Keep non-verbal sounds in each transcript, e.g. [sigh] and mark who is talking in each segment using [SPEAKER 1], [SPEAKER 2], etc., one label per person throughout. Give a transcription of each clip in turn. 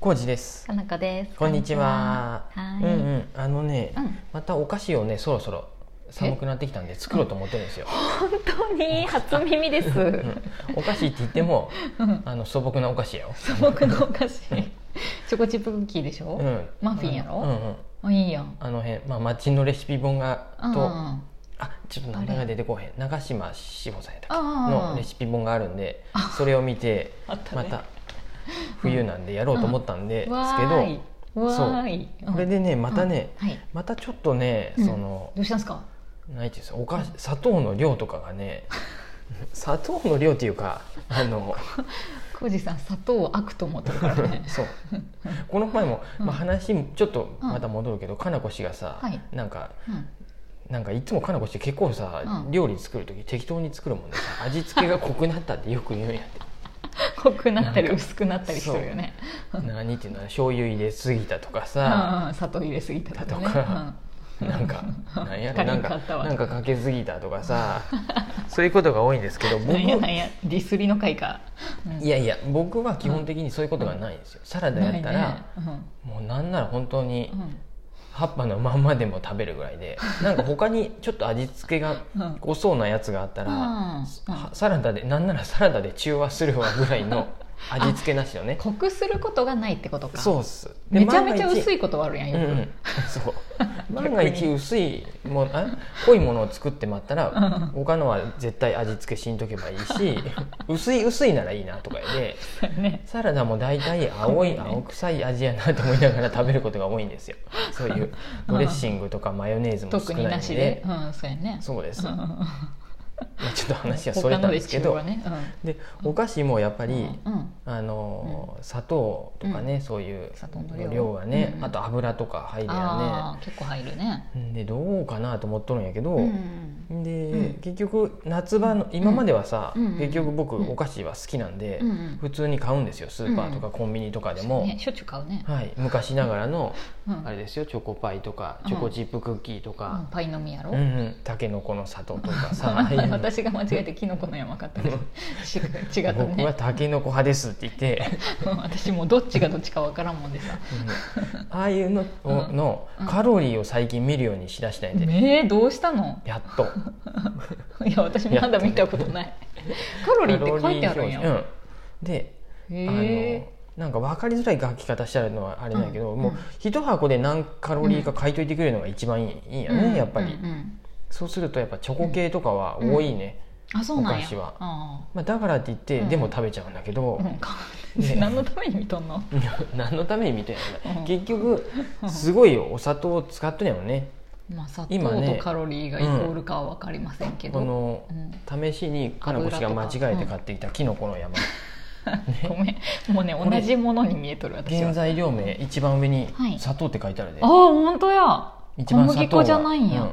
[SPEAKER 1] コージです
[SPEAKER 2] かなこです。
[SPEAKER 1] こんにちは
[SPEAKER 2] こん
[SPEAKER 1] うんう
[SPEAKER 2] にちはは
[SPEAKER 1] んあのね、
[SPEAKER 2] ーい。うん。
[SPEAKER 1] またお菓子をねそろそろ寒くなってきたんで作ろうと思ってるんですよ、
[SPEAKER 2] 本当に初耳です。
[SPEAKER 1] うんお菓子って言って
[SPEAKER 2] [laughs]
[SPEAKER 1] も
[SPEAKER 2] うん
[SPEAKER 1] あの素朴なお菓子や
[SPEAKER 2] [laughs]
[SPEAKER 1] よ
[SPEAKER 2] 素朴のお菓子。チョコチップクッキーでしょ。
[SPEAKER 1] うん
[SPEAKER 2] マフィンや
[SPEAKER 1] うんう
[SPEAKER 2] ろ。
[SPEAKER 1] ん
[SPEAKER 2] あいいやん。
[SPEAKER 1] あの辺まあ町のレシピ本が
[SPEAKER 2] うん
[SPEAKER 1] とあ
[SPEAKER 2] あ
[SPEAKER 1] ちょっと名前が出てこうへん長島志保さんやったっけ
[SPEAKER 2] あ
[SPEAKER 1] のレシピ本があるんでそれを見て
[SPEAKER 2] あったね
[SPEAKER 1] また冬なんでやろうと思ったんでですけど、
[SPEAKER 2] わーい。わーい。うん
[SPEAKER 1] これでねまたね、
[SPEAKER 2] うんはい。
[SPEAKER 1] またちょっとね、
[SPEAKER 2] うん
[SPEAKER 1] その
[SPEAKER 2] どうしたんですか。
[SPEAKER 1] ないですお菓子砂糖の量とかがね砂糖の量っていうかあの。
[SPEAKER 2] コージさん砂糖悪と思ってるからね
[SPEAKER 1] そうこの前も、
[SPEAKER 2] うん
[SPEAKER 1] まあ、話ちょっとまた戻るけど、かなこ氏がさ、
[SPEAKER 2] はい
[SPEAKER 1] なんか
[SPEAKER 2] うん
[SPEAKER 1] なんかいつもかなこ氏結構さ、
[SPEAKER 2] うん
[SPEAKER 1] 料理作る時適当に作るもんでさ味付けが濃くなったってよく言うんやって
[SPEAKER 2] 濃くなったり
[SPEAKER 1] なんか
[SPEAKER 2] 薄くなったりするよね。
[SPEAKER 1] 何っていうのは醤油入れすぎたとか
[SPEAKER 2] う
[SPEAKER 1] さ、
[SPEAKER 2] んうん砂糖入れすぎたとかね
[SPEAKER 1] だとか。なんかなんやろなん
[SPEAKER 2] 足り
[SPEAKER 1] か
[SPEAKER 2] んかったわ
[SPEAKER 1] なんかかけすぎたとかさそういうことが多いんですけど
[SPEAKER 2] うん
[SPEAKER 1] 僕
[SPEAKER 2] なんやなんやディスりの回か。うん
[SPEAKER 1] いやいや僕は基本的にそういうことがないんですよ、サラダやったら、
[SPEAKER 2] ないね
[SPEAKER 1] もうなんなら本当に
[SPEAKER 2] うんうん
[SPEAKER 1] 葉っぱのまんまでも食べるぐらい
[SPEAKER 2] [laughs]
[SPEAKER 1] でなんか他にちょっと味付けが
[SPEAKER 2] うん
[SPEAKER 1] 濃そうなやつがあったら、
[SPEAKER 2] うん
[SPEAKER 1] はサラダでなんならサラダで中和するわぐらい
[SPEAKER 2] [laughs]
[SPEAKER 1] の味付けなしよね
[SPEAKER 2] 濃くすることがないってことか
[SPEAKER 1] そうっすで
[SPEAKER 2] めちゃめちゃ
[SPEAKER 1] 万が一
[SPEAKER 2] 薄いことはあるやん
[SPEAKER 1] う
[SPEAKER 2] よ
[SPEAKER 1] ん
[SPEAKER 2] く、
[SPEAKER 1] うん、
[SPEAKER 2] [laughs]
[SPEAKER 1] そう万が一薄いものあ濃いものを作ってまったら他のは絶対味付けしんとけばいい
[SPEAKER 2] [laughs]
[SPEAKER 1] し薄い薄いならいいなとかで
[SPEAKER 2] そうや [laughs] ね
[SPEAKER 1] サラダも大体青
[SPEAKER 2] [laughs]
[SPEAKER 1] い青臭い味やなと思いながら食べることが多いんですよそういうドレッシングとかマヨネーズも少
[SPEAKER 2] 特
[SPEAKER 1] ない
[SPEAKER 2] に
[SPEAKER 1] の
[SPEAKER 2] なしで
[SPEAKER 1] で、
[SPEAKER 2] うん、そうやね
[SPEAKER 1] そうです、
[SPEAKER 2] うんうんうん
[SPEAKER 1] まあちょっと話はそれ
[SPEAKER 2] 他
[SPEAKER 1] た
[SPEAKER 2] の
[SPEAKER 1] んで
[SPEAKER 2] です
[SPEAKER 1] け
[SPEAKER 2] 中
[SPEAKER 1] ど
[SPEAKER 2] はね、うん、やっ
[SPEAKER 1] でお菓子もやっぱり、
[SPEAKER 2] うんうん
[SPEAKER 1] あのー砂糖とかね、そういう
[SPEAKER 2] 砂糖の量
[SPEAKER 1] がね、
[SPEAKER 2] うんうん
[SPEAKER 1] あと油とか入るや
[SPEAKER 2] あー結構入るね、
[SPEAKER 1] ねでどうかなと思っとるんやけど、
[SPEAKER 2] うん
[SPEAKER 1] で、
[SPEAKER 2] うん
[SPEAKER 1] 結局夏場の今まではさ、
[SPEAKER 2] うんうん
[SPEAKER 1] 結局僕
[SPEAKER 2] うん
[SPEAKER 1] お菓子は好きなんで、
[SPEAKER 2] うんうん
[SPEAKER 1] 普通に買うんですよスーパーとかコンビニとかでも、
[SPEAKER 2] ね、しょっちゅう買うね、
[SPEAKER 1] はい、昔ながらの
[SPEAKER 2] うん
[SPEAKER 1] あれですよチョコパイとか
[SPEAKER 2] うん
[SPEAKER 1] チョコチップクッキーと
[SPEAKER 2] うん
[SPEAKER 1] か、
[SPEAKER 2] パイのみや
[SPEAKER 1] う
[SPEAKER 2] ろ、
[SPEAKER 1] んうん、たけのこの里とかさ
[SPEAKER 2] [laughs]
[SPEAKER 1] ああいうの
[SPEAKER 2] 私が間違えてキノコの山買ったけどし違った
[SPEAKER 1] 僕は
[SPEAKER 2] ね
[SPEAKER 1] たけのこ派ですって言って、
[SPEAKER 2] うん私もうどっちがどっちかわからんもんで
[SPEAKER 1] [laughs]
[SPEAKER 2] さ
[SPEAKER 1] うんああいうのを
[SPEAKER 2] うん
[SPEAKER 1] の
[SPEAKER 2] うん
[SPEAKER 1] カロリーを最近見るようにしだしたんで、
[SPEAKER 2] えー、どうしたの [laughs]
[SPEAKER 1] やっと
[SPEAKER 2] いや私まだ見たことないカロリーって書いてあるんや
[SPEAKER 1] カロリー表示うん、であの
[SPEAKER 2] へ
[SPEAKER 1] なんか分かりづらい書き方してあるのはあれだけど、
[SPEAKER 2] うん
[SPEAKER 1] もう
[SPEAKER 2] うん
[SPEAKER 1] 一箱で何カロリーか書いといてくれるのが一番いい,、ん、や
[SPEAKER 2] え
[SPEAKER 1] ね、やっぱり、
[SPEAKER 2] うんうん
[SPEAKER 1] そうするとやっぱチョコ系とかは多いね、
[SPEAKER 2] あそうなんや
[SPEAKER 1] お菓子は
[SPEAKER 2] あ
[SPEAKER 1] まあ、だからって言って、
[SPEAKER 2] うん
[SPEAKER 1] でも食べちゃうんだけ
[SPEAKER 2] あ
[SPEAKER 1] ど、
[SPEAKER 2] うんか
[SPEAKER 1] ね
[SPEAKER 2] 何のために見とんの
[SPEAKER 1] いや [laughs] 何のためにみたいな、
[SPEAKER 2] うん
[SPEAKER 1] 結局すごいお砂糖を使っとるんやろね
[SPEAKER 2] まあ砂
[SPEAKER 1] 今
[SPEAKER 2] 糖
[SPEAKER 1] ね
[SPEAKER 2] とカロリーがイコールかは分かりませんけど、
[SPEAKER 1] この
[SPEAKER 2] うん
[SPEAKER 1] 試しにかなこ氏が間違えて買ってきたキノコの山、
[SPEAKER 2] ごめんもうね
[SPEAKER 1] これ
[SPEAKER 2] 同じものに見えとる私は
[SPEAKER 1] 原材料名一番上に
[SPEAKER 2] はい
[SPEAKER 1] 砂糖って書いてあるで、
[SPEAKER 2] ああ本当や
[SPEAKER 1] 一
[SPEAKER 2] 小
[SPEAKER 1] 番
[SPEAKER 2] 麦
[SPEAKER 1] 砂糖が
[SPEAKER 2] 粉じゃないんや、
[SPEAKER 1] うん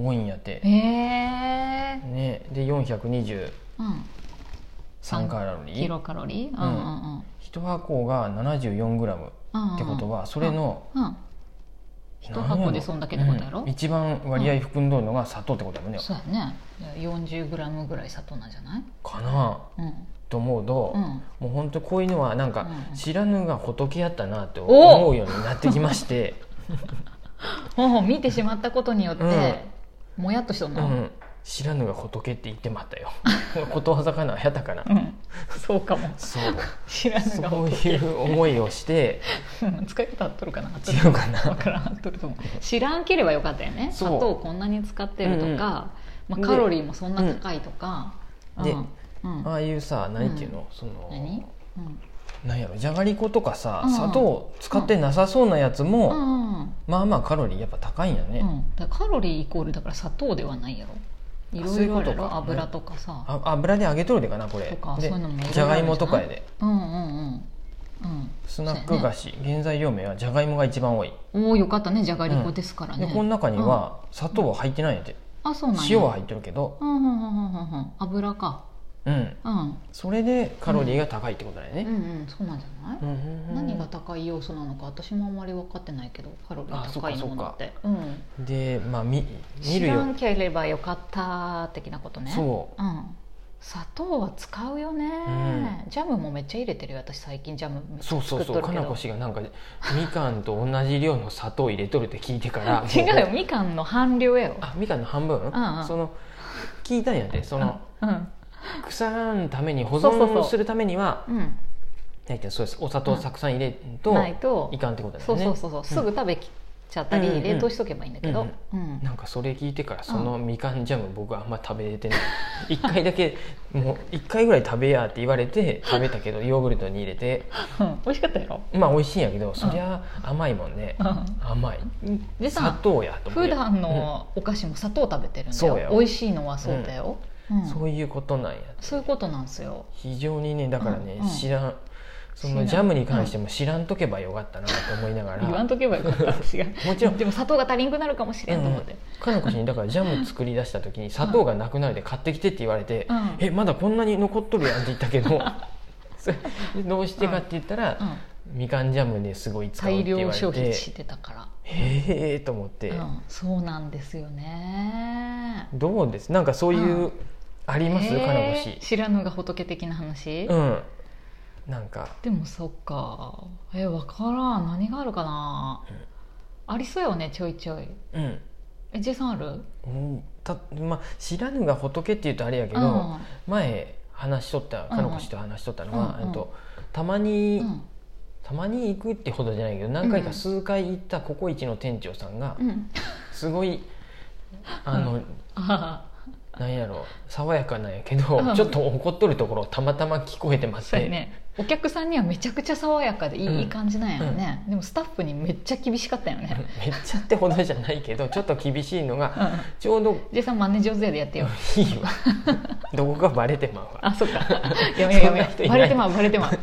[SPEAKER 1] 多いんやって、
[SPEAKER 2] へえ、
[SPEAKER 1] ね、で423
[SPEAKER 2] うん、
[SPEAKER 1] カロリ
[SPEAKER 2] キ
[SPEAKER 1] ー
[SPEAKER 2] ロカロリー、うんん、うんうんうん
[SPEAKER 1] 一箱が 74g ってことはそれの
[SPEAKER 2] うん一箱でそんだけってことやろ
[SPEAKER 1] うん一番割合含んどるのが砂糖ってことやもんね、
[SPEAKER 2] そうやねいや 40g ぐらい砂糖なんじゃない、
[SPEAKER 1] かな
[SPEAKER 2] うん
[SPEAKER 1] と思うと、
[SPEAKER 2] うん、
[SPEAKER 1] もう本当こういうのはなんか
[SPEAKER 2] うん
[SPEAKER 1] 知らぬが仏やったなと
[SPEAKER 2] お
[SPEAKER 1] 思うようになってきまして、
[SPEAKER 2] もう見てしまったことによって、もやっとしとん
[SPEAKER 1] う
[SPEAKER 2] の、 [laughs] うん
[SPEAKER 1] ん、知らぬが仏って言ってまったよ [laughs] ことわざかなやたかな
[SPEAKER 2] そうかも
[SPEAKER 1] そう
[SPEAKER 2] 知らぬが
[SPEAKER 1] そ
[SPEAKER 2] ほ
[SPEAKER 1] う
[SPEAKER 2] っとけ
[SPEAKER 1] いう思いをして
[SPEAKER 2] うん使い方合っとるかな合っとる
[SPEAKER 1] 違うかな
[SPEAKER 2] 分からん合っとると思う知らんければよかったよね
[SPEAKER 1] そう
[SPEAKER 2] 砂糖こんなに使ってると
[SPEAKER 1] う
[SPEAKER 2] か、
[SPEAKER 1] んうん
[SPEAKER 2] まあ、カロリーもそんな高いとか
[SPEAKER 1] で
[SPEAKER 2] うんうん
[SPEAKER 1] ああいうさ何ていうの、そ
[SPEAKER 2] 何
[SPEAKER 1] の
[SPEAKER 2] うん
[SPEAKER 1] なんやろじゃがりことかさ、
[SPEAKER 2] うん
[SPEAKER 1] 砂糖使ってなさそうなやつも、
[SPEAKER 2] うん
[SPEAKER 1] まあまあカロリーやっぱ高いんやね、
[SPEAKER 2] うんだからカロリーイコールだから砂糖ではないやろいろいろあるやろ
[SPEAKER 1] あそういうことか
[SPEAKER 2] 油とかさ、
[SPEAKER 1] あ油で揚げとるでかなこ
[SPEAKER 2] と
[SPEAKER 1] れ
[SPEAKER 2] かそう
[SPEAKER 1] で
[SPEAKER 2] いうのもいろいろある
[SPEAKER 1] じゃがいもとかやで
[SPEAKER 2] うんうんうんうん
[SPEAKER 1] スナック
[SPEAKER 2] そうや
[SPEAKER 1] 菓子、原材料名はじゃがいもが一番多い、
[SPEAKER 2] ね、おおよかったねじゃがりこですからね、
[SPEAKER 1] でこの中には砂糖は入ってないんやて、
[SPEAKER 2] あそうなんや
[SPEAKER 1] 塩は入ってるけど
[SPEAKER 2] うんうんうんうんうん油か
[SPEAKER 1] うん
[SPEAKER 2] うん
[SPEAKER 1] それでカロリーが高いってことだよ
[SPEAKER 2] うん
[SPEAKER 1] ね、
[SPEAKER 2] うんそうなんじゃない、
[SPEAKER 1] うんうんうん
[SPEAKER 2] 何が高い要素なのか私もあんまり分かってないけどカロリ
[SPEAKER 1] あ
[SPEAKER 2] ー
[SPEAKER 1] そっ
[SPEAKER 2] 高
[SPEAKER 1] か
[SPEAKER 2] い
[SPEAKER 1] そっか
[SPEAKER 2] ものって、うん、
[SPEAKER 1] でまあ見見
[SPEAKER 2] 知
[SPEAKER 1] る
[SPEAKER 2] ら
[SPEAKER 1] よ
[SPEAKER 2] んければよかった的なことね
[SPEAKER 1] そう
[SPEAKER 2] うん砂糖は使うよね、ジャムもめっちゃ入れてるよ私最近ジャムめっち
[SPEAKER 1] そ
[SPEAKER 2] ゃ
[SPEAKER 1] うそ
[SPEAKER 2] 作
[SPEAKER 1] う
[SPEAKER 2] っと
[SPEAKER 1] そう
[SPEAKER 2] る
[SPEAKER 1] か
[SPEAKER 2] け
[SPEAKER 1] なこ
[SPEAKER 2] ど
[SPEAKER 1] 氏がなんかみかんと同じ量の砂糖入れとるって聞いてからも
[SPEAKER 2] [laughs] 違うよみかんの半量やろ
[SPEAKER 1] あみかんの半分、
[SPEAKER 2] んうん
[SPEAKER 1] その聞いたんやってその
[SPEAKER 2] うん
[SPEAKER 1] 腐らんために保
[SPEAKER 2] そうそうそ
[SPEAKER 1] 存
[SPEAKER 2] う
[SPEAKER 1] するためには
[SPEAKER 2] うん
[SPEAKER 1] 大体そうですお砂糖たくさん入れんと
[SPEAKER 2] ないと
[SPEAKER 1] いかんってことだ
[SPEAKER 2] そ
[SPEAKER 1] よ
[SPEAKER 2] う
[SPEAKER 1] ね
[SPEAKER 2] そうそうそうすぐ食べきっちゃった
[SPEAKER 1] うんうんう
[SPEAKER 2] り
[SPEAKER 1] ん
[SPEAKER 2] 冷凍しとけばいいんだけどうん
[SPEAKER 1] なんかそれ聞いてからそのみかんジャム僕あんま食べれてない一回だけもう一回ぐらい食べやって言われて食べたけどヨーグルトに入れて
[SPEAKER 2] うん美味しかったやろ
[SPEAKER 1] まあ美味しいんやけどそりゃ甘いもんね
[SPEAKER 2] うん
[SPEAKER 1] 甘い
[SPEAKER 2] で
[SPEAKER 1] 砂
[SPEAKER 2] さ
[SPEAKER 1] 糖やと思っ
[SPEAKER 2] 普
[SPEAKER 1] て
[SPEAKER 2] 段のお菓子も砂糖食べてるんだ
[SPEAKER 1] そうや
[SPEAKER 2] よ
[SPEAKER 1] よ
[SPEAKER 2] 美味しいのはそうだよう
[SPEAKER 1] うん
[SPEAKER 2] ん
[SPEAKER 1] そういうことなんや
[SPEAKER 2] そういうことなんですよ
[SPEAKER 1] 非常にねだからね、
[SPEAKER 2] うんうん
[SPEAKER 1] 知らんそ
[SPEAKER 2] 知ら
[SPEAKER 1] の
[SPEAKER 2] ん
[SPEAKER 1] ジャムに関しても知らんとけばよかったなと思いながら
[SPEAKER 2] 言わんとけばよかった
[SPEAKER 1] [laughs]
[SPEAKER 2] 私が
[SPEAKER 1] もちろん
[SPEAKER 2] でも砂糖が足りんくなるかもしれんと思って
[SPEAKER 1] うんかのこ氏にだからジャム作り出した時に砂糖がなくなるで買ってきてって言われて「
[SPEAKER 2] うん
[SPEAKER 1] えまだこんなに残っとるやん」って言ったけ
[SPEAKER 2] [laughs]
[SPEAKER 1] どそれどうしてかって言ったら、
[SPEAKER 2] うん
[SPEAKER 1] みかんジャムですごい使うっ
[SPEAKER 2] 大
[SPEAKER 1] て言
[SPEAKER 2] 量
[SPEAKER 1] われ
[SPEAKER 2] 消
[SPEAKER 1] て
[SPEAKER 2] 費してたか
[SPEAKER 1] へえと思って、
[SPEAKER 2] らうんそうなんですよね
[SPEAKER 1] どうですなんかそういう、
[SPEAKER 2] うん
[SPEAKER 1] あります
[SPEAKER 2] へー
[SPEAKER 1] かのこ氏
[SPEAKER 2] 知らぬが仏的な話、
[SPEAKER 1] うんなんか
[SPEAKER 2] でもそっかえ分からん何があるかな、ありそうよねちょいちょい
[SPEAKER 1] うん
[SPEAKER 2] え J さんある
[SPEAKER 1] うんたまあ、知らぬが仏っていうとあれやけど、
[SPEAKER 2] うん
[SPEAKER 1] 前話しとった
[SPEAKER 2] うん
[SPEAKER 1] かのこ氏と話しとったのは、
[SPEAKER 2] うんうん
[SPEAKER 1] えっと、たまに、
[SPEAKER 2] うん
[SPEAKER 1] たまに行くってほどじゃないけど何回
[SPEAKER 2] うん
[SPEAKER 1] か数回行ったココイチの店長さんが
[SPEAKER 2] うん
[SPEAKER 1] すごい、あの、
[SPEAKER 2] あ
[SPEAKER 1] なんやろ爽やかなんやけど、
[SPEAKER 2] うん
[SPEAKER 1] ちょっと怒っとるところたまたま聞こえてま
[SPEAKER 2] あ
[SPEAKER 1] す
[SPEAKER 2] そうや
[SPEAKER 1] ね
[SPEAKER 2] ねお客さんにはめちゃくちゃ爽やかでいい,、
[SPEAKER 1] うん
[SPEAKER 2] 感じなんやろね、でもスタッフにめっちゃ厳しかったよね、
[SPEAKER 1] [laughs] めっちゃってほどじゃないけどちょっと厳しいの
[SPEAKER 2] う
[SPEAKER 1] が
[SPEAKER 2] ん、
[SPEAKER 1] ちょうど
[SPEAKER 2] J さんマネ上手やでやってよ
[SPEAKER 1] いい
[SPEAKER 2] [laughs]
[SPEAKER 1] わどこかバレてまうわ
[SPEAKER 2] あ
[SPEAKER 1] [laughs]
[SPEAKER 2] そっかやめようやめよ
[SPEAKER 1] そんな人いうな
[SPEAKER 2] バ
[SPEAKER 1] い
[SPEAKER 2] レてまうバ
[SPEAKER 1] [laughs]
[SPEAKER 2] レてまう、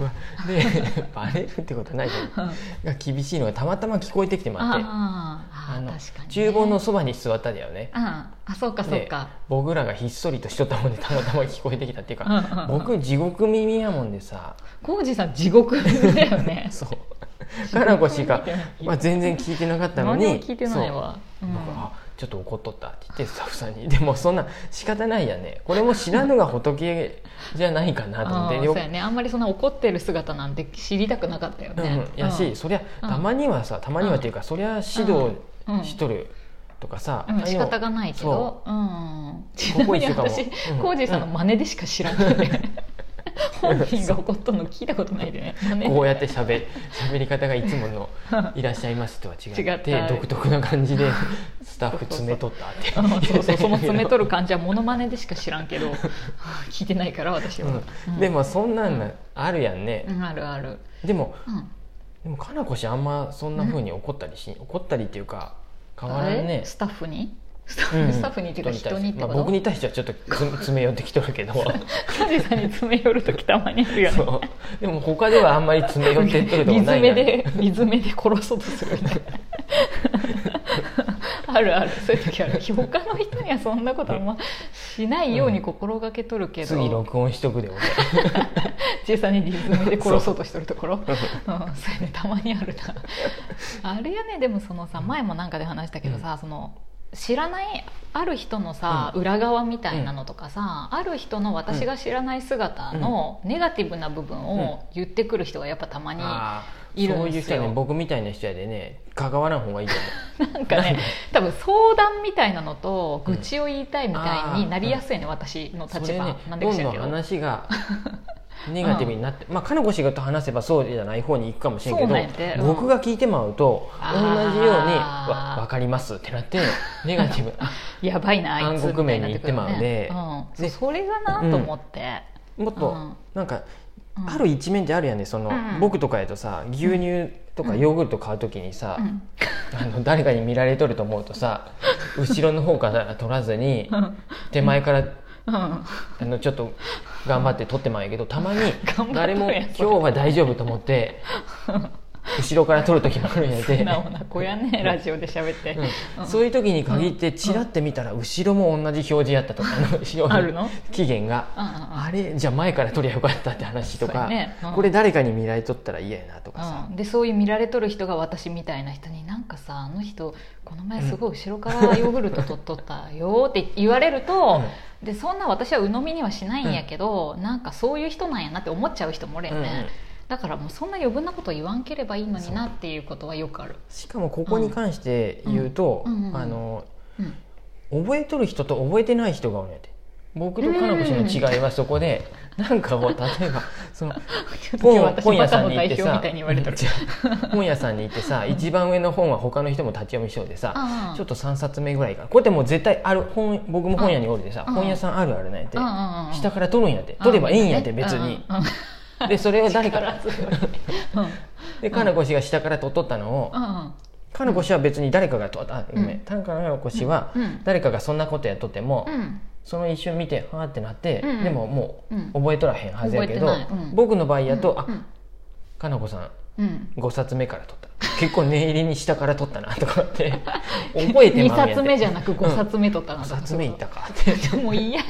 [SPEAKER 1] うわで [laughs] バレるってことないけ
[SPEAKER 2] うんうん、あ
[SPEAKER 1] どが厳しいのがたまたま聞こえてきてまって
[SPEAKER 2] あああ
[SPEAKER 1] の
[SPEAKER 2] 確かに、ね、
[SPEAKER 1] 厨房のそばに座っただよね
[SPEAKER 2] あああそうかそうか
[SPEAKER 1] 僕らがひっそりとしとったもんでたまたま聞こえてきたっていうか
[SPEAKER 2] うんうんうん
[SPEAKER 1] 僕地獄耳やもんでさ
[SPEAKER 2] 浩二さん地獄だよ
[SPEAKER 1] [laughs]
[SPEAKER 2] ね
[SPEAKER 1] そうかなこ氏
[SPEAKER 2] [laughs]
[SPEAKER 1] が、まあ、全然聞いてなかったのに
[SPEAKER 2] 何も聞いてないわ
[SPEAKER 1] そう
[SPEAKER 2] うん
[SPEAKER 1] 僕はあちょっと怒っとったって言ってスタッフさんにでもそんな仕方ないやねこれも知らぬが仏じゃないかなと思
[SPEAKER 2] あ
[SPEAKER 1] っ
[SPEAKER 2] [laughs] あ
[SPEAKER 1] て
[SPEAKER 2] そ
[SPEAKER 1] よ
[SPEAKER 2] うやねあんまりそんな怒ってる姿なんて知りたくなかったよ
[SPEAKER 1] うん
[SPEAKER 2] ね
[SPEAKER 1] うん、やし、そりゃ
[SPEAKER 2] うん
[SPEAKER 1] たまにはさたまにはっていうか、そりゃ指導しとるとかさ、
[SPEAKER 2] うん、仕方
[SPEAKER 1] が
[SPEAKER 2] がないけどうんち
[SPEAKER 1] こ
[SPEAKER 2] な
[SPEAKER 1] こ
[SPEAKER 2] み
[SPEAKER 1] 一
[SPEAKER 2] に
[SPEAKER 1] 緒かも
[SPEAKER 2] [laughs] 私
[SPEAKER 1] うん
[SPEAKER 2] 浩二さんの真似でしか知らなくて本人が怒ったの聞いたことないでね真似
[SPEAKER 1] こうや
[SPEAKER 2] [laughs]
[SPEAKER 1] ってしゃ [laughs] べり方がいつもの「いらっしゃいます」とは違
[SPEAKER 2] 違
[SPEAKER 1] っ
[SPEAKER 2] ってた
[SPEAKER 1] 独特な感
[SPEAKER 2] [laughs]
[SPEAKER 1] じでスタッフ詰めとったって
[SPEAKER 2] うんそうそうその詰めとる感じはモノマネでしか知らんけど [laughs] 聞いてないから私は、
[SPEAKER 1] うんでもそんなんなあるやんね
[SPEAKER 2] う、んあるある、
[SPEAKER 1] でも
[SPEAKER 2] うん、
[SPEAKER 1] でもかなこ氏あんまそんなふうに怒ったりし、怒ったりっていうか変わらんね
[SPEAKER 2] えスタッフにスタッフ,、
[SPEAKER 1] うん
[SPEAKER 2] スタッフにっていうか人にって
[SPEAKER 1] ま
[SPEAKER 2] こ
[SPEAKER 1] あ、
[SPEAKER 2] と、
[SPEAKER 1] 僕に対してはちょっとつ詰め寄ってきとるけど
[SPEAKER 2] [laughs] カジさんに詰め寄るときたまにあるよね
[SPEAKER 1] そうでも他ではあんまり詰め寄ってっとるとこ
[SPEAKER 2] リズ
[SPEAKER 1] ない
[SPEAKER 2] メ
[SPEAKER 1] な
[SPEAKER 2] でリズメで殺そうとする
[SPEAKER 1] [laughs]
[SPEAKER 2] みたいなあるあるそういう時ある他の人にはそんなことあんましないように心がけとるけど、
[SPEAKER 1] 次録音しとくで俺
[SPEAKER 2] J さんにリズムで殺そうとしてるところうん、そうやねたまにあるなあれやねでもそのさ前もなんかで話したけどさ、その知らないある人のさ、裏側みたいなのとかさ、ある人の私が知らない姿のネガティブな部分を言ってくる人がやっぱたまに、
[SPEAKER 1] あ
[SPEAKER 2] い
[SPEAKER 1] ー
[SPEAKER 2] る
[SPEAKER 1] そ
[SPEAKER 2] ん
[SPEAKER 1] うい
[SPEAKER 2] で
[SPEAKER 1] う
[SPEAKER 2] す
[SPEAKER 1] 人
[SPEAKER 2] よ
[SPEAKER 1] はね僕みたいな人やでね関わらん方がいいと思う
[SPEAKER 2] なんか
[SPEAKER 1] [laughs]
[SPEAKER 2] ね多分相談みたいなのと愚痴を言いたいみたいになりやすいね、私の
[SPEAKER 1] そ
[SPEAKER 2] 立
[SPEAKER 1] れ
[SPEAKER 2] 場、
[SPEAKER 1] ね
[SPEAKER 2] なんで
[SPEAKER 1] ど
[SPEAKER 2] か
[SPEAKER 1] ん
[SPEAKER 2] 知
[SPEAKER 1] ど
[SPEAKER 2] らん
[SPEAKER 1] ん
[SPEAKER 2] けど
[SPEAKER 1] 話がネガティブにな
[SPEAKER 2] [laughs]
[SPEAKER 1] って、まあかのこ氏がと話せばそうじゃない方に行くかもしれんけ
[SPEAKER 2] そう
[SPEAKER 1] ど
[SPEAKER 2] なんやてうん
[SPEAKER 1] 僕が聞いてまうと同じように
[SPEAKER 2] あ
[SPEAKER 1] わ
[SPEAKER 2] ー
[SPEAKER 1] 「分かります」ってな
[SPEAKER 2] [laughs]
[SPEAKER 1] ってネガティブあ
[SPEAKER 2] やばいなあいつ
[SPEAKER 1] 暗
[SPEAKER 2] み
[SPEAKER 1] 黒
[SPEAKER 2] たい
[SPEAKER 1] 面
[SPEAKER 2] になっ
[SPEAKER 1] に行
[SPEAKER 2] て
[SPEAKER 1] っ
[SPEAKER 2] く
[SPEAKER 1] て
[SPEAKER 2] る
[SPEAKER 1] まう
[SPEAKER 2] よ
[SPEAKER 1] ん
[SPEAKER 2] ね
[SPEAKER 1] で、
[SPEAKER 2] うん、
[SPEAKER 1] で
[SPEAKER 2] そそれがなと思って、
[SPEAKER 1] もっ
[SPEAKER 2] う
[SPEAKER 1] と
[SPEAKER 2] ん
[SPEAKER 1] なんか
[SPEAKER 2] うん
[SPEAKER 1] ある一面ってあるやんねその
[SPEAKER 2] うん
[SPEAKER 1] 僕とかやとさ牛乳とかヨーグルト買う時にさ
[SPEAKER 2] うん
[SPEAKER 1] あの誰かに見られとると思うとさ後ろの方から取らずに
[SPEAKER 2] うんうん
[SPEAKER 1] 手前から
[SPEAKER 2] 頑
[SPEAKER 1] あのちょっと頑張って撮ってまうけどた
[SPEAKER 2] [laughs]
[SPEAKER 1] まに
[SPEAKER 2] 張っとるやん
[SPEAKER 1] 誰も今日は大丈夫と思って後ろから撮る時もあるんや
[SPEAKER 2] 素
[SPEAKER 1] で、
[SPEAKER 2] 直な子やねラジオで喋って、
[SPEAKER 1] うん、そういう時に限ってチラって見たら後ろも同じ表示やったとかあの表示
[SPEAKER 2] あるの
[SPEAKER 1] 期限が
[SPEAKER 2] うんうんうん
[SPEAKER 1] あれじゃあ前から撮りゃよかったって話とか、
[SPEAKER 2] そうやねうん
[SPEAKER 1] これ誰かに見られとったら嫌やなとかさ、
[SPEAKER 2] うん、でそういう見られとる人が私みたいな人になんかさあの人この前すごい後ろからヨーグルト取っとったよって言われると、でそんな私は鵜呑みにはしないんやけど、なんかそういう人なんやなって思っちゃう人もおるよね、
[SPEAKER 1] うんうん
[SPEAKER 2] だからもうそんな余分なこと言わんければいいのになっていうことはよくある、
[SPEAKER 1] しかもここに関して言うと、
[SPEAKER 2] うんうんうんうん
[SPEAKER 1] あの
[SPEAKER 2] うん、
[SPEAKER 1] 覚えとる人と覚えてない人がおるんやて僕とカナコ氏の違いはそこで、なんかこう例え
[SPEAKER 2] [laughs]
[SPEAKER 1] ばその
[SPEAKER 2] ちょっと
[SPEAKER 1] 本
[SPEAKER 2] 今
[SPEAKER 1] を
[SPEAKER 2] 日
[SPEAKER 1] 本
[SPEAKER 2] 私
[SPEAKER 1] 屋
[SPEAKER 2] バ
[SPEAKER 1] さ
[SPEAKER 2] カ
[SPEAKER 1] ん
[SPEAKER 2] の
[SPEAKER 1] に行
[SPEAKER 2] 代
[SPEAKER 1] って
[SPEAKER 2] 表み
[SPEAKER 1] さ
[SPEAKER 2] たいに言われ
[SPEAKER 1] [laughs]
[SPEAKER 2] てる
[SPEAKER 1] うん本屋さんに行ってさ一番上の本は他の人も立ち読みしようでさ
[SPEAKER 2] ああ
[SPEAKER 1] ちょっと3冊目ぐらいからこうやってもう絶対ある本僕も本屋におるでさ
[SPEAKER 2] ああ
[SPEAKER 1] 本屋さんあるあるなんやて
[SPEAKER 2] うんうんうん
[SPEAKER 1] 下から取るんやて取ればええんやて
[SPEAKER 2] うん
[SPEAKER 1] 別に
[SPEAKER 2] うんうん
[SPEAKER 1] でそれを誰か
[SPEAKER 2] 力強いうんうん
[SPEAKER 1] でかなこ氏が下から取っとったのを
[SPEAKER 2] うん
[SPEAKER 1] かのこ氏は別に誰かがとあごめ
[SPEAKER 2] うん
[SPEAKER 1] んかのこ氏は
[SPEAKER 2] うん
[SPEAKER 1] 誰かがそんなことやっとっても
[SPEAKER 2] うん
[SPEAKER 1] その一瞬見てはあってなって
[SPEAKER 2] うんうん
[SPEAKER 1] でもも
[SPEAKER 2] うん
[SPEAKER 1] う覚えとらへんはずやけど
[SPEAKER 2] 覚えてないうん
[SPEAKER 1] 僕の場合やとあ
[SPEAKER 2] うん
[SPEAKER 1] かなこさん
[SPEAKER 2] うん
[SPEAKER 1] 5冊目から取った結構念入りに下から取ったなとかって [laughs] 覚えてまうやん
[SPEAKER 2] 2冊目じゃなく5冊目取ったな
[SPEAKER 1] 5冊目いったかって
[SPEAKER 2] [laughs] もう嫌や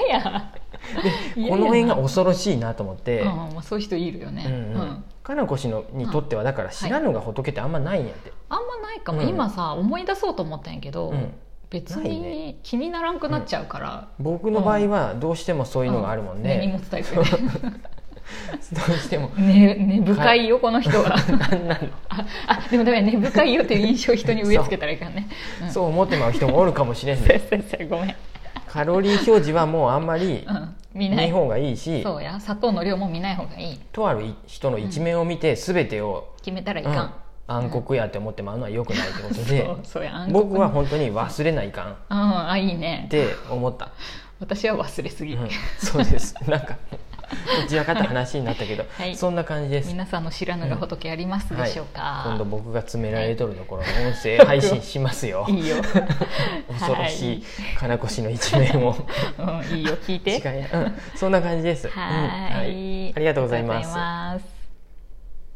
[SPEAKER 1] てこの辺が恐ろしいなと思って、
[SPEAKER 2] うんまあそういう人いるよね
[SPEAKER 1] う
[SPEAKER 2] うん
[SPEAKER 1] うん
[SPEAKER 2] ん
[SPEAKER 1] かなこ氏のにとってはだから知らぬが仏ってあんまないんやって、
[SPEAKER 2] あんまないかも
[SPEAKER 1] うん
[SPEAKER 2] 今さ思い出そうと思ったんやけど
[SPEAKER 1] うん
[SPEAKER 2] 別
[SPEAKER 1] ないね
[SPEAKER 2] に気にならんくなっちゃうから
[SPEAKER 1] 僕の場合はどうしてもそういうのがあるもん
[SPEAKER 2] ね荷
[SPEAKER 1] で、 [laughs]
[SPEAKER 2] 物タイプね
[SPEAKER 1] どうしても
[SPEAKER 2] ね根深いよこの人は
[SPEAKER 1] なんなの、
[SPEAKER 2] [laughs] ああでもダメだ根深いよっていう印象を人に植え付けたらいかんねうん
[SPEAKER 1] そう思ってまう人もおるかもしれん
[SPEAKER 2] [laughs] そう
[SPEAKER 1] ね
[SPEAKER 2] そうそうごめん、
[SPEAKER 1] カロリー表示はもうあんまり
[SPEAKER 2] うん、見な
[SPEAKER 1] 見
[SPEAKER 2] い
[SPEAKER 1] 方がいいし
[SPEAKER 2] そうや砂糖の量も見ない方がいい
[SPEAKER 1] とある人の一面を見て全てを、
[SPEAKER 2] 決めたらい
[SPEAKER 1] うん
[SPEAKER 2] か
[SPEAKER 1] 暗黒やって思ってまうのは良くないってこ
[SPEAKER 2] ん、
[SPEAKER 1] と
[SPEAKER 2] そ
[SPEAKER 1] で
[SPEAKER 2] うそうや暗黒
[SPEAKER 1] 僕は本当に忘れないかんっ
[SPEAKER 2] うんあいいね
[SPEAKER 1] て思った、
[SPEAKER 2] 私は忘れすぎ、
[SPEAKER 1] うんそうです [laughs] なんかどちらかと話になったけど、
[SPEAKER 2] はい
[SPEAKER 1] そんな感じです
[SPEAKER 2] 皆さんの知らぬが仏ありますでしょうか、
[SPEAKER 1] 今度僕が詰められとるところの音声配信しますよ
[SPEAKER 2] いいよ、
[SPEAKER 1] [laughs] 恐ろしい金子氏の一面を
[SPEAKER 2] うん、いいよ聞い
[SPEAKER 1] 違
[SPEAKER 2] て
[SPEAKER 1] い、うん、そんな感じですうん
[SPEAKER 2] はーい、
[SPEAKER 1] ありがとうござい
[SPEAKER 2] あ
[SPEAKER 1] ま
[SPEAKER 2] りがとう
[SPEAKER 1] す
[SPEAKER 2] ございます